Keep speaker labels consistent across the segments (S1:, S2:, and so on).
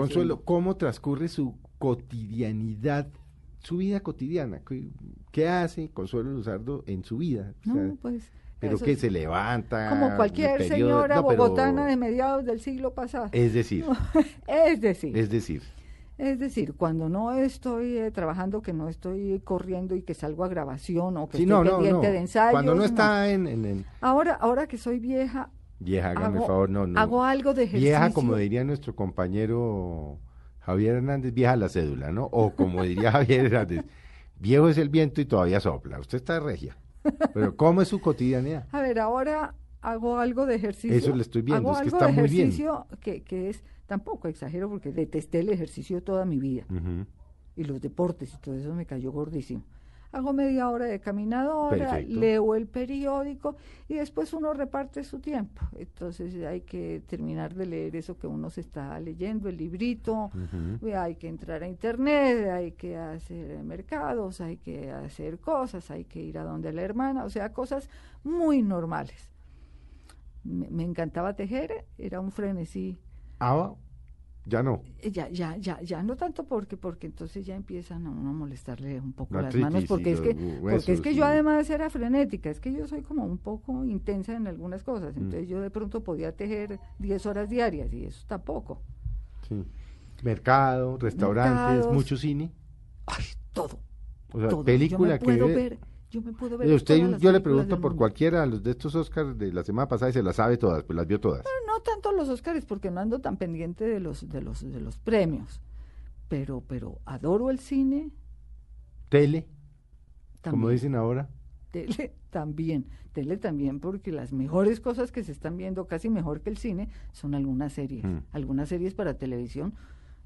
S1: Consuelo, ¿cómo transcurre su cotidianidad, su vida cotidiana? ¿Qué, qué hace Consuelo Luzardo en su vida? O sea,
S2: No, pues.
S1: pero
S2: eso
S1: que
S2: es
S1: se levanta.
S2: Como cualquier
S1: periodo-
S2: señora
S1: no, pero-
S2: bogotana de mediados del siglo pasado.
S1: Es decir,
S2: Es decir,
S1: es decir,
S2: es decir, cuando no estoy eh, trabajando, que no estoy corriendo y que salgo a grabación o que
S1: sí, no,
S2: Pues estoy
S1: no, no.
S2: pendiente de ensayos.
S1: Cuando no
S2: no.
S1: está en, en, en-
S2: Ahora, ahora que soy vieja,
S1: vieja, hágame
S2: hago,
S1: el favor, no, no.
S2: hago algo de ejercicio.
S1: Vieja, como diría nuestro compañero Javier Hernández, vieja la cédula, ¿no? O como diría Javier Hernández, viejo es el viento y todavía sopla. Usted está regia. Pero ¿cómo es su cotidianidad?
S2: A ver, ahora hago algo de ejercicio.
S1: Eso le estoy viendo,
S2: Hago
S1: es que
S2: algo
S1: está
S2: de
S1: muy bien.
S2: ejercicio Que, que es, tampoco exagero porque detesté el ejercicio toda mi vida.
S1: Ujú.
S2: y los deportes y todo eso me cayó gordísimo. Hago media hora de caminadora,
S1: Perfecto.
S2: leo el periódico y después uno reparte su tiempo. Entonces hay que terminar de leer eso que uno se está leyendo, el librito,
S1: Ujú.
S2: eh, hay que entrar a internet, hay que hacer eh, mercados, hay que hacer cosas, hay que ir a donde la hermana, o sea, cosas muy normales. Me, me encantaba tejer, era un frenesí
S1: Ah, ya no.
S2: eh, Ya, ya, ya, ya, no tanto porque, porque entonces ya empiezan a uno a molestarle un poco
S1: La
S2: las manos,
S1: artritis y
S2: porque es
S1: los
S2: que,
S1: hu-
S2: porque es que
S1: huesos
S2: yo
S1: y-
S2: además era frenética, es que yo soy como un poco intensa en algunas
S1: Mm.
S2: cosas, entonces yo de pronto podía tejer 10 horas diarias y eso tampoco,
S1: Sí. Mercado, restaurantes,
S2: Mercados.
S1: mucho cine.
S2: todo,
S1: O sea,
S2: todo.
S1: película
S2: yo me puedo
S1: que ve-
S2: ver, yo me puedo ver.
S1: Oye, usted,
S2: todas las
S1: yo le
S2: películas
S1: pregunto
S2: del
S1: por
S2: mundo.
S1: cualquiera los de estos Oscars de la semana pasada y se las sabe todas, pues las vio todas.
S2: No tanto los Óscares porque no ando tan pendiente de los, de los, de los premios, pero, pero adoro el cine,
S1: Tele, como
S2: también
S1: dicen ahora.
S2: Tele también, tele también, porque las mejores cosas que se están viendo, casi mejor que el cine, son algunas series.
S1: Mm.
S2: Algunas series para televisión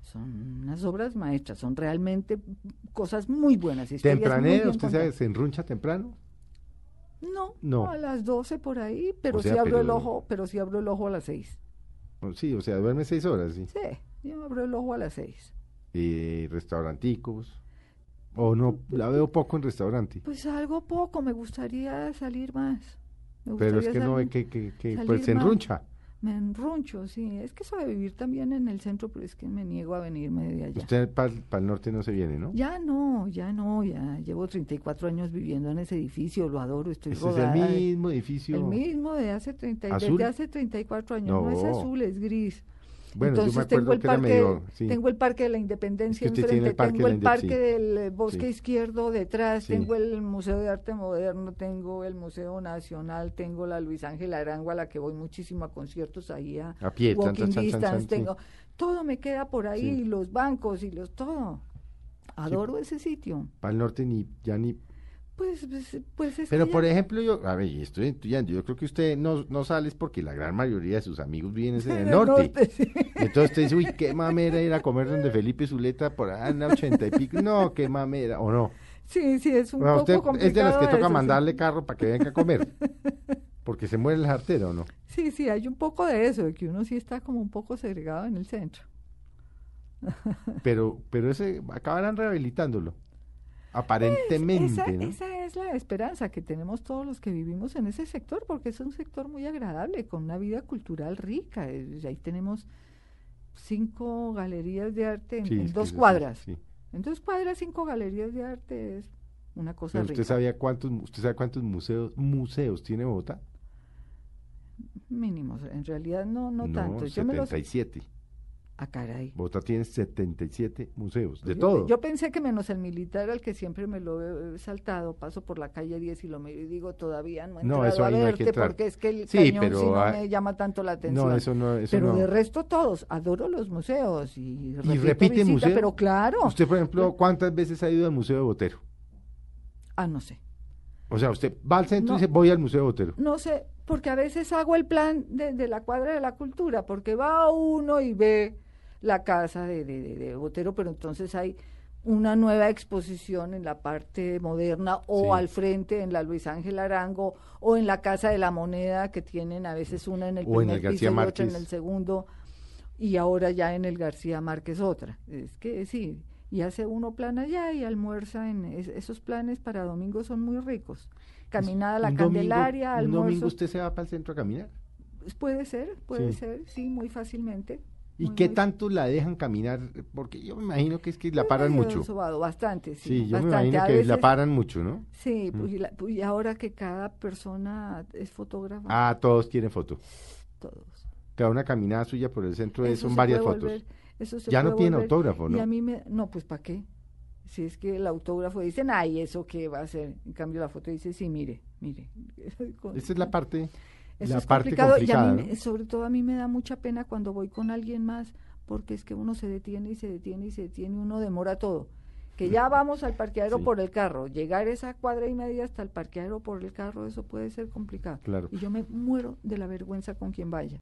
S2: son unas obras maestras, son realmente cosas muy buenas. historias muy
S1: Tempranero,
S2: bien
S1: usted sabe,
S2: contadas.
S1: se enruncha temprano.
S2: No,
S1: No.
S2: a las 12 por ahí, pero
S1: O sea,
S2: sí abro el
S1: pero-
S2: ojo, pero sí abro el ojo a las 6.
S1: O- Sí, o sea, duerme seis horas, sí.
S2: Sí, yo abro el ojo a las 6.
S1: Eh, restauranticos. O no, la veo poco en restaurante.
S2: Pues algo poco, me gustaría salir más. Me
S1: Pero es
S2: gustaría
S1: que no,
S2: salir-
S1: es que, que, que,
S2: salir
S1: pues se
S2: más.
S1: enruncha.
S2: Me enruncho, sí. Es que eso de vivir también en el centro, pero es que me niego a venirme de allá.
S1: Usted para el norte no se viene, ¿no?
S2: Ya no, ya no, ya llevo 34 años viviendo en ese edificio, lo adoro, estoy
S1: Ese es el
S2: rodada de-
S1: mismo edificio.
S2: el mismo de hace 30, y-
S1: ¿Azul?
S2: desde hace 34 años, no, es
S1: No.
S2: azul, es gris.
S1: Bueno,
S2: Entonces
S1: yo me
S2: tengo
S1: acuerdo
S2: el
S1: que era
S2: parque,
S1: medio. sí.
S2: tengo el parque de la Independencia
S1: Es que usted tiene
S2: enfrente,
S1: el parque
S2: tengo
S1: de la
S2: el
S1: Inde-
S2: parque
S1: sí.
S2: del eh, Bosque
S1: Sí.
S2: Izquierdo detrás,
S1: Sí.
S2: tengo el Museo de Arte Moderno, tengo el Museo Nacional, tengo la Luis Ángela Arango a la que voy muchísimo a conciertos ahí a
S1: A pie, tan,
S2: walking
S1: tan, tan, tan,
S2: distance,
S1: tan, sí.
S2: tengo todo me queda por ahí,
S1: Sí.
S2: y los bancos y los todo. Adoro ese sitio.
S1: Para el norte ni ya ni.
S2: Pues, pues, pues es
S1: Pero
S2: que
S1: por
S2: ya-
S1: ejemplo, yo, a ver, y estoy estudiando, yo creo que usted no, no sale es porque la gran mayoría de sus amigos viven en el norte.
S2: sí.
S1: Entonces usted dice, uy, qué mamera ir a comer donde Felipe Zuleta por allá en la ochenta y pico. No, qué mamera, o no.
S2: sí, sí, es un
S1: Bueno,
S2: poco
S1: usted
S2: complicado.
S1: es de las que toca
S2: eso, sí.
S1: mandarle carro para que venga a comer. Porque se muere la jartera, ¿o no?
S2: Sí, sí, hay un poco de eso, de que uno sí está como un poco segregado en el centro.
S1: Pero, pero ese, acabarán rehabilitándolo. Aparentemente,
S2: Esa,
S1: ¿no?
S2: esa es la esperanza que tenemos todos los que vivimos en ese sector, porque es un sector muy agradable, con una vida cultural rica. Eh, Ahí tenemos cinco galerías de arte en,
S1: Sí,
S2: en
S1: es que
S2: dos
S1: es así,
S2: cuadras.
S1: sí.
S2: En dos cuadras, cinco galerías de arte es una cosa
S1: Pero
S2: rica.
S1: usted sabía cuántos, usted sabe cuántos museos, museos tiene Bogotá?
S2: Mínimos, en realidad no, no, tanto. Yo me los...
S1: 77.
S2: Ah, caray.
S1: Bogotá tiene 77 museos, de
S2: Yo-
S1: todo.
S2: Yo pensé que menos el militar al que siempre me lo he saltado, paso por la calle 10 y lo miro y digo, todavía no he
S1: No,
S2: entrado
S1: eso
S2: a
S1: ahí no hay que
S2: verte
S1: entrar.
S2: porque es que el
S1: Sí,
S2: cañón
S1: pero
S2: sí no
S1: ah,
S2: me llama tanto la atención.
S1: no, eso no, eso
S2: pero
S1: no.
S2: de resto todos, adoro los museos y, repito
S1: repite
S2: visita,
S1: museo?
S2: Pero claro,
S1: Usted, por ejemplo, ¿cuántas veces ha ido al Museo de Botero?
S2: ah, no sé,
S1: O sea, usted va al centro
S2: No.
S1: y dice, voy al Museo de Botero.
S2: no sé, porque a veces hago el plan de, de la cuadra de la cultura, porque va uno y ve la casa de, de- de- de Botero, pero entonces hay una nueva exposición en la parte moderna o
S1: Sí.
S2: al frente en la Luis Ángel Arango o en la Casa de la Moneda que tienen a veces una en el
S1: O en
S2: primer
S1: el García
S2: piso y otra en
S1: Márquez.
S2: el segundo y ahora ya en el García Márquez otra. Es que sí, y hace uno plan allá y almuerza en es- esos planes para domingo son muy ricos. Caminada a la
S1: Un domingo-
S2: Candelaria,
S1: Un
S2: almuerzo.
S1: domingo usted se va para el centro a caminar.
S2: Puede ser, puede
S1: Sí.
S2: ser, sí, muy fácilmente.
S1: ¿Y
S2: Muy,
S1: qué
S2: muy-
S1: tanto la dejan caminar? Porque yo me imagino que es que la
S2: Yo
S1: paran
S2: he
S1: mucho.
S2: sobado bastante, sí.
S1: Sí, yo me
S2: bastante.
S1: imagino
S2: A
S1: que la
S2: veces-
S1: paran mucho, ¿no?
S2: Sí,
S1: Mm.
S2: pues, y, la- pues, y ahora que cada persona es fotógrafa,
S1: Ah, todos tienen foto.
S2: todos.
S1: Cada una caminada suya por el centro es- pues,
S2: Eso
S1: son
S2: se
S1: varias
S2: puede
S1: fotos.
S2: volver- eso se
S1: ya no
S2: puede
S1: tienen
S2: volver-
S1: autógrafo,
S2: Y
S1: ¿no?
S2: a mí me, no, pues ¿para qué? Si es que el autógrafo dicen, ay, ¿eso qué va a hacer? En cambio la foto dice, sí, mire, mire. Con-
S1: Esa es la parte.
S2: Eso
S1: la
S2: es
S1: parte
S2: complicado y a mí,
S1: complicada,
S2: me-
S1: ¿no?
S2: sobre todo a mí me da mucha pena cuando voy con alguien más, porque es que uno se detiene y se detiene y se detiene, uno demora todo. Que ya vamos al parqueadero
S1: Sí.
S2: por el carro, llegar esa cuadra y media hasta el parqueadero por el carro, eso puede ser complicado.
S1: Claro.
S2: Y yo me muero de la vergüenza con quien vaya.